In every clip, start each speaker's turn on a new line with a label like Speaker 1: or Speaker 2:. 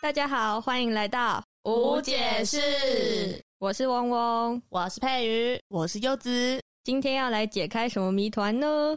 Speaker 1: 大家好，欢迎来到
Speaker 2: 无解释，
Speaker 1: 我是汪汪。
Speaker 2: 我是佩瑜，我是柚子。
Speaker 1: 今天要来解开什么谜团呢？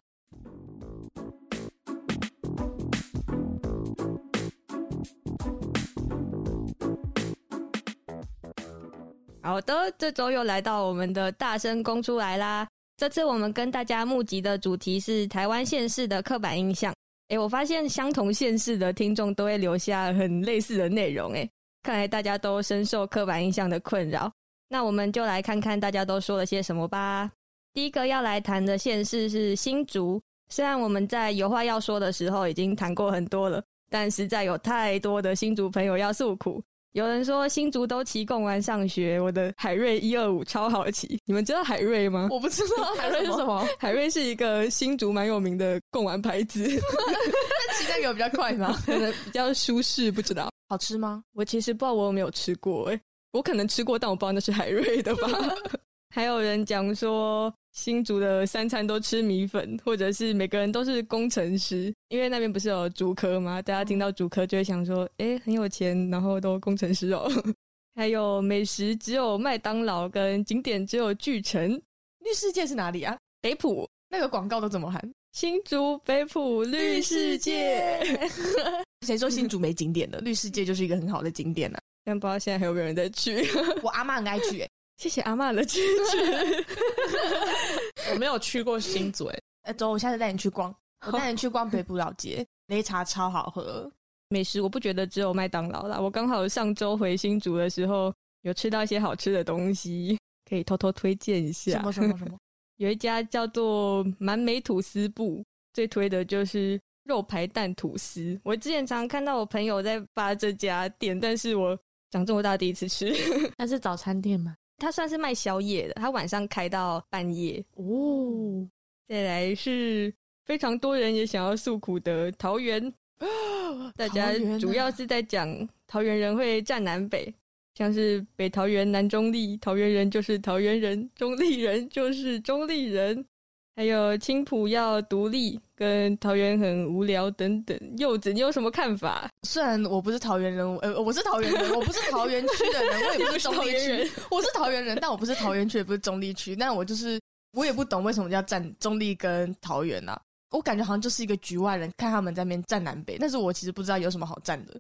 Speaker 1: 好的，这周又来到我们的大声公出来啦。这次我们跟大家募集的主题是台湾县市的刻板印象。诶，我发现相同县市的听众都会留下很类似的内容。诶，看来大家都深受刻板印象的困扰。那我们就来看看大家都说了些什么吧。第一个要来谈的县市是新竹，虽然我们在有话要说的时候已经谈过很多了，但实在有太多的新竹朋友要诉苦。有人说新竹都骑贡丸上学，我的海瑞一二五超好骑，你们知道海瑞吗？
Speaker 2: 我不知 道
Speaker 1: 海瑞是什
Speaker 2: 么，
Speaker 1: 海瑞是一个新竹蛮有名的贡丸牌子，
Speaker 2: 骑那个比较快 吗？
Speaker 1: 可能比较舒适，不知道。
Speaker 2: 好吃吗？
Speaker 1: 我其实不知道我有没有吃过、欸，我可能吃过，但我不知道那是海瑞的 吧。还有人讲说新竹的三餐都吃米粉，或者是每个人都是工程师，因为那边不是有竹科吗？大家听到竹科就会想说，诶、很有钱，然后都工程师哦。 还有美食只有麦当劳，跟景点只有巨城、
Speaker 2: 绿世界是哪里啊？
Speaker 1: 北浦、
Speaker 2: 那个广告都怎么喊？
Speaker 1: 新竹、北浦绿世界。。
Speaker 2: 谁说新竹没景点的？绿世界就是一个很好的景点啊！
Speaker 1: 但不知道现在还有没有人在去。
Speaker 2: 我阿妈很爱去、欸，
Speaker 1: 谢谢阿嬷的支持。
Speaker 3: 我没有去过新竹、欸，
Speaker 2: 哎，走，我下次带你去逛， 我带你去逛北浦老街，擂茶超好喝。
Speaker 1: 美食我不觉得只有麦当劳啦，我刚好上周回新竹的时候有吃到一些好吃的东西，可以偷偷推荐一
Speaker 2: 什
Speaker 1: 下
Speaker 2: 么。什么 什么？
Speaker 1: 有一家叫做满美吐司部，最推的就是肉排蛋吐司。我之前常看到我朋友在发这家店，但是我长这么大第一次吃。
Speaker 3: 那是早餐店吗？
Speaker 1: 它算是卖宵夜的，它晚上开到半夜。
Speaker 3: 哦，
Speaker 1: 再来是非常多人也想要诉苦的桃园， 大家
Speaker 2: 桃园啊
Speaker 1: 主要是在讲桃园人会站南北，像是北桃园、南中立，桃园人就是桃园人，中立人就是中立人，还有青浦要独立，跟桃园很无聊等等。柚子，你有什么看 法？
Speaker 2: 虽然我不是桃园人，呃，我是桃园人，我不是桃园区的人，我也不 是中立区，我是桃园人，但我不是桃园区，也不是中立区，但我就是我也不懂为什么叫站中立跟桃园啊，我感觉好像就是一个局外人，看他们在那边站南北，但是我其实不知道有什么好站的，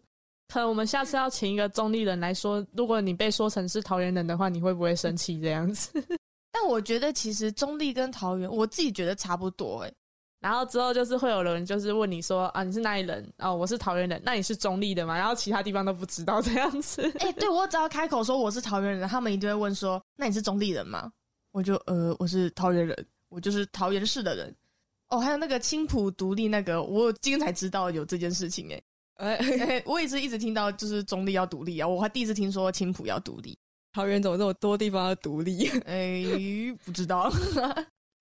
Speaker 3: 可能我们下次要请一个中立人来说，如果你被说成是桃园人的话，你会不会生气这样子？
Speaker 2: 但我觉得其实中立跟桃园，我自己觉得差不多、欸，
Speaker 3: 然后之后就是会有人就是问你说啊，你是哪里人？哦，我是桃园人，那你是中立的吗？然后其他地方都不知道这样子。
Speaker 2: 哎、对我只要开口说我是桃园人，他们一定会问说：“那你是中立人吗？”我就呃，我是桃园人，我就是桃园市的人。哦，还有那个青浦独立那个，我今天才知道有这件事情哎、
Speaker 1: 哎，
Speaker 2: 哎我也是一直听到就是中立要独立啊，我还第一次听说青浦要独立，
Speaker 1: 桃园怎么这么多地方要独立？
Speaker 2: 哎、不知道。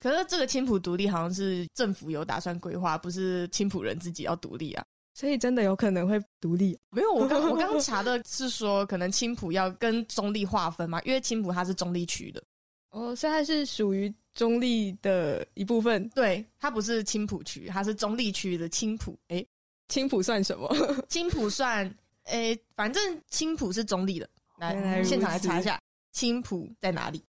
Speaker 2: 可是这个青浦独立好像是政府有打算规划，不是青浦人自己要独立啊。
Speaker 1: 所以真的有可能会独立。
Speaker 2: 没有，我刚我刚查的是说，可能青浦要跟中立划分嘛，因为青浦它是中立区的。
Speaker 1: 哦，所以它是属于中立的一部分。
Speaker 2: 对，它不是青浦区，它是中立区的青浦。哎诶，
Speaker 1: 青浦算什么？
Speaker 2: 青浦算诶，反正青浦是中立的。
Speaker 1: 原来如
Speaker 2: 来，
Speaker 1: 此
Speaker 2: 现场来查一下青浦在哪里。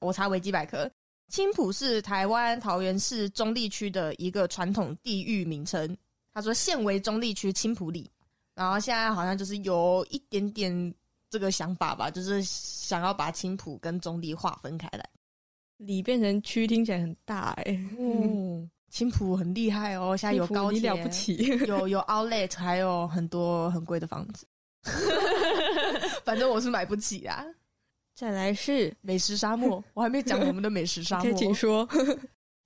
Speaker 2: 我查维基百科，青浦是台湾桃园市中立区的一个传统地域名称。他说现为中立区青浦里，然后现在好像就是有一点点这个想法吧，就是想要把青浦跟中立划分开来。
Speaker 1: 里变成区听起来很大哎、
Speaker 2: 哦，青浦很厉害哦， 现在有
Speaker 1: 幸福
Speaker 2: 高
Speaker 1: 你
Speaker 2: 铁，
Speaker 1: 了不起，
Speaker 2: 有有 outlet，还有很多很贵的房子。反正我是买不起啊！
Speaker 1: 再来是，
Speaker 2: 美食沙漠，我还没讲我们的美食 沙
Speaker 1: 可以请
Speaker 2: 漠，
Speaker 1: 说。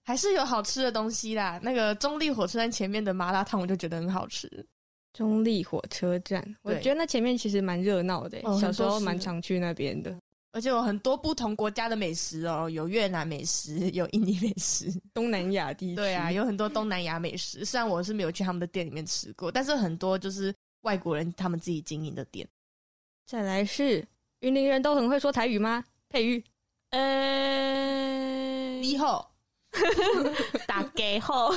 Speaker 2: 还是有好吃的东西啦。那个中立火车站前面的麻辣烫，我就觉得很好吃。
Speaker 1: 中立火车站，我
Speaker 2: 对
Speaker 1: 觉得那前面其实蛮热闹的、欸
Speaker 2: 哦很
Speaker 1: 小时候
Speaker 2: 多是
Speaker 1: 蛮常去那边的。
Speaker 2: 而且有很多不同国家的美食哦，有越南美食，有印尼美食，
Speaker 1: 东南亚地区，
Speaker 2: 对啊，有很多东南亚美食。虽然我是没有去他们的店里面吃过，但是很多就是外国人他们自己经营的店。
Speaker 1: 再来是，云林人都很会说台语吗？佩玉，
Speaker 3: 呃，
Speaker 2: 以后
Speaker 3: 打给 后，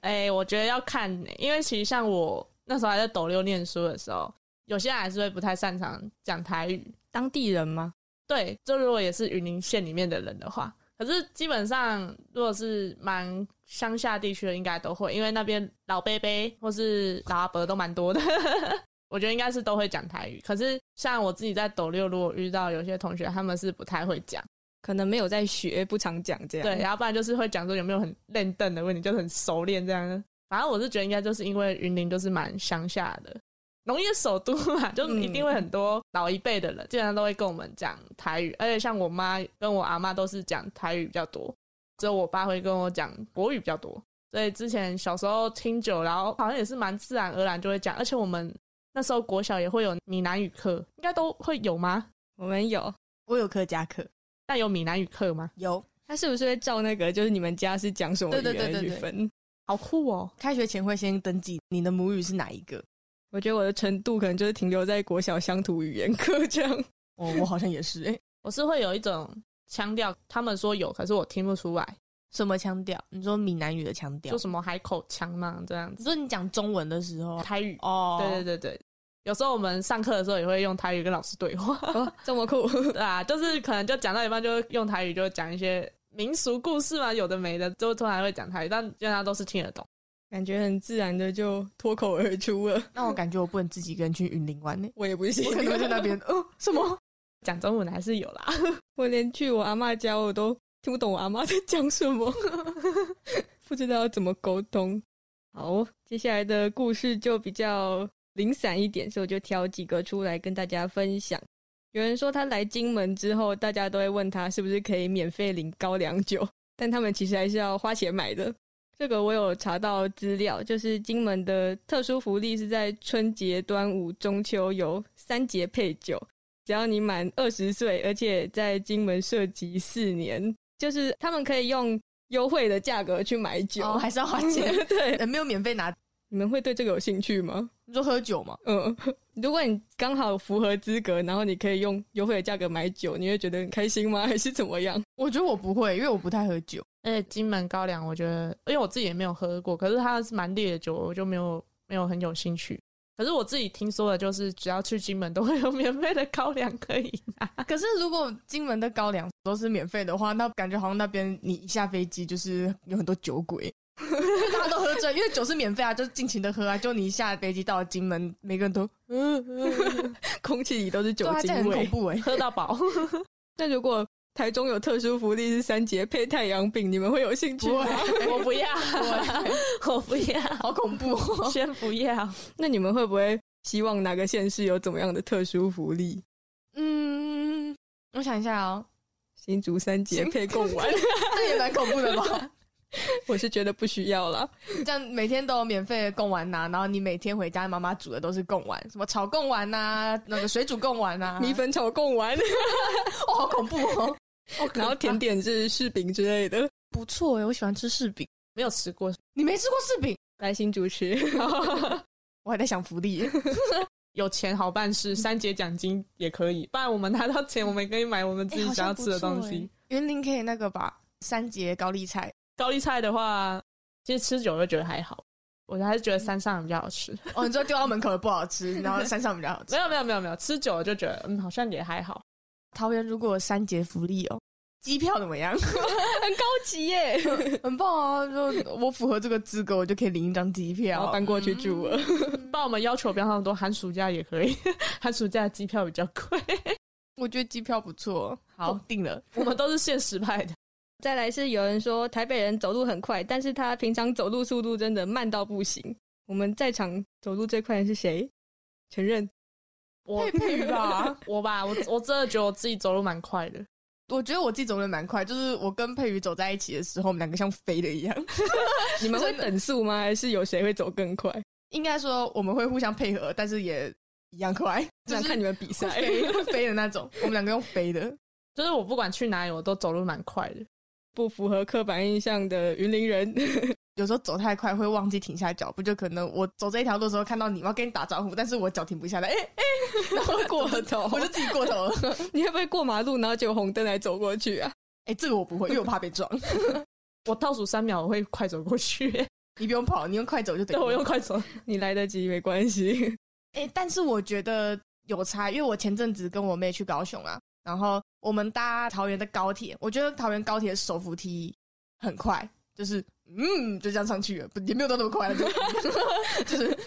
Speaker 3: 哎、我觉得要看、欸，因为其实像我那时候还在斗六念书的时候，有些人还是会不太擅长讲台语。
Speaker 1: 当地人吗？
Speaker 3: 对，就如果也是云林县里面的人的话，可是基本上如果是蛮乡下地区的，应该都会，因为那边老伯伯或是老阿伯都蛮多的。 我觉得应该是都会讲台语，可是像我自己在斗六，如果遇到有些同学，他们是不太会讲，
Speaker 1: 可能没有在学，不常讲这样。
Speaker 2: 啊
Speaker 3: 对，，要不然就是会讲说有没有很练凳的问题，就是很熟练这样。反正我是觉得应该就是因为云林就是蛮乡下的农业首都嘛，就
Speaker 1: 嗯
Speaker 3: 一定会很多老一辈的人，基本上都会跟我们讲台语，而且像我妈跟我阿妈都是讲台语比较多，只有我爸会跟我讲国语比较多。所以之前小时候听久，然后好像也是蛮自然而然就会讲，而且我们那时候国小也会有闽南语课，应该都会有吗？
Speaker 1: 我们有。
Speaker 2: 我有客家课，
Speaker 3: 那有闽南语课吗？
Speaker 2: 有
Speaker 1: 他是不是会照那个，就是你们家是讲什么语
Speaker 2: 对对
Speaker 1: 言
Speaker 2: 对
Speaker 1: 语
Speaker 2: 对对
Speaker 1: 分？
Speaker 3: 好酷哦！
Speaker 2: 开学前会先登记你的母语是哪一个。
Speaker 1: 我觉得我的程度可能就是停留在国小乡土语言课这样。
Speaker 2: 哦，我好像也是，哎、
Speaker 3: 我是会有一种腔调，他们说有，可是我听不出来，
Speaker 2: 什么腔调？你说闽南语的腔调
Speaker 3: 就？什么海口腔嘛这样
Speaker 2: 你
Speaker 3: 子，
Speaker 2: 说你讲中文的时候，
Speaker 3: 台语。
Speaker 2: 哦，
Speaker 3: 对对对对，有时候我们上课的时候也会用台语跟老师对话，
Speaker 1: 哦，这么 酷！
Speaker 3: 对啊，就是可能就讲到一半就会用台语，就会讲一些民俗故事嘛，有的没的，就突然会讲台语，但基本上都是听得懂。
Speaker 1: 感觉很自然的就脱口而出了。
Speaker 2: 那我感觉我不能自己一个人去云林玩呢、
Speaker 1: 我也不信
Speaker 2: 我，可能会 在那边， 哦，什么？
Speaker 3: 讲中文的还是有啦，
Speaker 1: 我连去我阿妈家我都听不懂我阿妈在讲什么， 不知道要怎么沟通。好，接下来的故事就比较零散一点，所以我就挑几个出来跟大家分享。有人说他来金门之后，大家都会问他是不是可以免费领高粱酒，但他们其实还是要花钱买的。这个我有查到资料，就是金门的特殊福利是在春节、端午、中秋有三节配酒，只要你满二十岁，而且在金门涉及四年，就是他们可以用优惠的价格去买酒。
Speaker 2: 哦，还是要 花钱？
Speaker 1: 对，
Speaker 2: 呃没有免费拿，
Speaker 1: 你们会对这个有兴趣吗？
Speaker 2: 你说喝酒嘛？
Speaker 1: 嗯，如果你刚好符合资格，然后你可以用优惠的价格买酒，你会觉得很开心吗？还 是怎么样？
Speaker 2: 我觉得我不会，因为我不太喝酒。
Speaker 3: 而且金门高粱，我觉得，因为我自己也没有喝过，可是它是蛮烈的酒，我就没有没有很有兴趣。可是我自己听说的，就是只要去金门都会有免费的高粱可以
Speaker 2: 啊可是如果金门的高粱都是免费的话，那感觉好像那边你一下飞机就是有很多酒鬼， 因为大家都喝醉，因为酒是免费啊，就是尽情的喝啊。就你一下飞机到了金门，每个人都嗯，嗯
Speaker 1: 空气里都是酒
Speaker 2: 对啊，这样
Speaker 1: 精
Speaker 2: 很
Speaker 1: 味
Speaker 2: 恐。怖哎、
Speaker 3: 喝到饱。
Speaker 1: 那如果台中有特殊福利是三节配太阳饼，你们会有兴趣
Speaker 2: 不
Speaker 1: 吗？
Speaker 2: 会，
Speaker 3: 我不要，我不要，
Speaker 2: 好恐怖、哦。
Speaker 3: 先不要。
Speaker 1: 那你们会不会希望哪个县市有怎么样的特殊福利？
Speaker 2: 嗯，我想一下哦，
Speaker 1: 新竹三节配贡丸，
Speaker 2: 这也蛮恐怖的吧？
Speaker 1: 我是觉得不需要啦。
Speaker 2: 这样每天都有免费的贡丸呐、然后你每天回家妈妈煮的都是贡丸，什么炒贡丸呐、那个水煮贡丸 呐、
Speaker 1: 米粉炒贡 丸，
Speaker 2: 哦，好恐怖哦。
Speaker 1: 然后甜点是柿饼之类的，
Speaker 2: 不错哎，我喜欢吃柿饼。
Speaker 3: 没有吃过，
Speaker 2: 你没吃过柿饼？
Speaker 1: 来新竹吃。
Speaker 2: 我还在想福利 哎耶。
Speaker 3: 有钱好办事，三节奖金也可以。不然我们拿到钱，我们可以买我们自己想要吃的东西。
Speaker 2: 哎园林可以那个吧，三节高丽 菜。
Speaker 3: 高丽菜的话，其实吃久了觉得还好，我还是觉得山上比较好 吃。
Speaker 2: 哦，你说丢到门口的不好吃，然后山上比较好吃
Speaker 3: 没。有没有没有没有，吃久了就觉得嗯，好像也还 好。
Speaker 2: 桃园如果有三节福利哦，机票怎么 样？
Speaker 1: 很高级耶，
Speaker 2: 很棒啊！就我符合这个资格，我就可以领一张机
Speaker 1: 然后
Speaker 2: 票。
Speaker 1: 搬过去住了。
Speaker 3: 帮我们要求不要那么多，寒暑假也可以， 寒暑假的机票比较贵。
Speaker 2: 我觉得机票不错，好定了。
Speaker 3: 我们都是现实派的，
Speaker 1: 再来是有人说台北人走路很快，但是他平常走路速度真的慢到不行。我们在场走路最快的是谁？承 认
Speaker 3: 我
Speaker 2: 佩瑜吧，
Speaker 3: 我吧，我我真的觉得我自己走路蛮快的。
Speaker 2: 我觉得我自己走的蛮快，就是我跟佩瑜走在一起的时候，我们两个像飞的一样。
Speaker 1: 你们会等速吗？还是有谁会走更快？
Speaker 2: 应该说我们会互相配合，但是也一样 快，就
Speaker 1: 想
Speaker 2: 是
Speaker 1: 看你们比赛
Speaker 2: 会。 飞会飞的那种。我们两个用飞的，
Speaker 3: 就是我不管去哪里，我都走路蛮快的。
Speaker 1: 不符合刻板印象的云林 人，
Speaker 2: 有时候走太快会忘记停下脚步，就可能我走这一条路的时候看到你，我要跟你打招呼，但是我脚停不下来，哎、 哎、然后
Speaker 1: 过
Speaker 2: 走
Speaker 1: 头
Speaker 2: 我就自己过头了。哎、
Speaker 1: 你会不会过马路然后就红灯来走过去啊？
Speaker 2: 这个我不会，因为我怕被撞。
Speaker 3: 我倒数三秒，我会 快走过去。
Speaker 2: 你不用跑，你用快走就
Speaker 3: 对
Speaker 2: 等。
Speaker 3: 我用快走，
Speaker 1: 你来得及没关系。
Speaker 2: 哎、但是我觉得有差，因为我前阵子跟我妹去高雄啊，然后我们搭桃园的高铁，我觉得桃园高铁手扶梯很快，就是嗯，就这样上去了，不也没有到那么快了，就 就是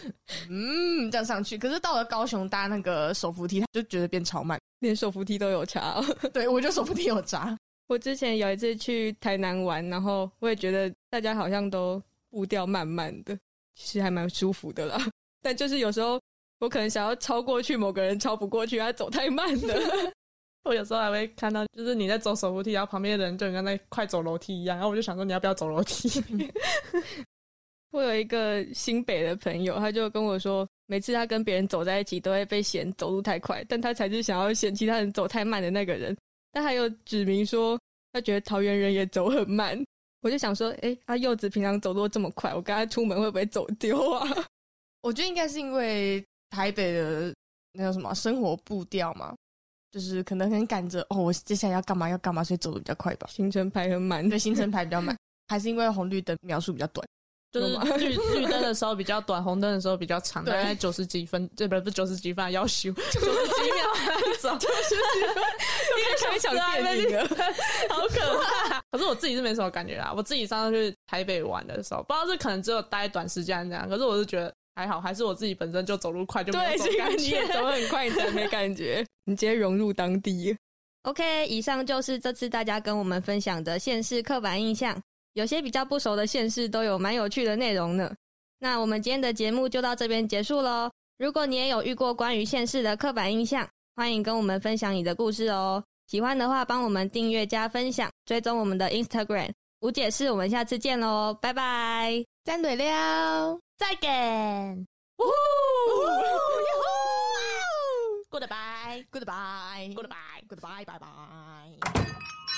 Speaker 2: 嗯这样上去。可是到了高雄搭那个手扶梯，就觉得变超慢。
Speaker 1: 连手扶梯都有差、哦。
Speaker 2: 对我觉得手扶梯有闸，
Speaker 1: 我之前有一次去台南玩，然后我也觉得大家好像都步调慢慢的，其实还蛮舒服的啦。但就是有时候我可能想要超过去某个人，超不过去，他走太慢了。
Speaker 3: 我有时候还会看到，就是你在走手扶梯，然后旁边的人就跟在快走楼梯一样，然后我就想说你要不要走楼梯？
Speaker 1: 我有一个新北的朋友，他就跟我说，每次他跟别人走在一起，都会被嫌走路太快，但他才是想要嫌其他人走太慢的那个人。但还有指明说，他觉得桃园人也走很慢。我就想说，哎、他柚子平常走路这么快，我跟他出门会不会走丢啊？
Speaker 2: 我觉得应该是因为台北的那叫什么啊生活步调嘛，就是可能很赶着哦，我接下来要干嘛要干嘛，所以走的比较快吧。
Speaker 1: 行程排很满，
Speaker 2: 对，行程排比较满，还是因为红绿灯描述比较短。
Speaker 3: 就是绿绿灯的时候比较 短，红灯的时候比较长，
Speaker 2: 对
Speaker 3: 大概九十几分，这不是不是九十几分啊，要修 九十几秒那种，就是
Speaker 1: 应该一 场
Speaker 3: 啊
Speaker 1: 电影了。
Speaker 3: 好可怕。可是我自己是没什么感觉啊啦，我自己上次去台北玩的时候，不知道是可能只有待短时间这样，可是我是觉得还好，还是我自己本身就走路快，就没有
Speaker 1: 对，
Speaker 3: 这种
Speaker 1: 这个
Speaker 3: 感
Speaker 1: 你
Speaker 3: 觉
Speaker 1: 也。走很快，你才没感觉，你直接融入当地。OK，以上就是这次大家跟我们分享的县市刻板印象，有些比较不熟的县市都有蛮有趣的内容呢。那我们今天的节目就到这边结束喽。如果你也有遇过关于县市的刻板印象，欢迎跟我们分享你的故事哦。喜欢的话，帮我们订阅加分享，追踪我们的 Instagram。无解释，我们下次见喽，拜拜。
Speaker 2: 战队了，
Speaker 3: 再见
Speaker 2: 呜呼
Speaker 3: ，Goodbye，Goodbye，Goodbye。
Speaker 2: ，Goodbye，Goodbye，拜拜。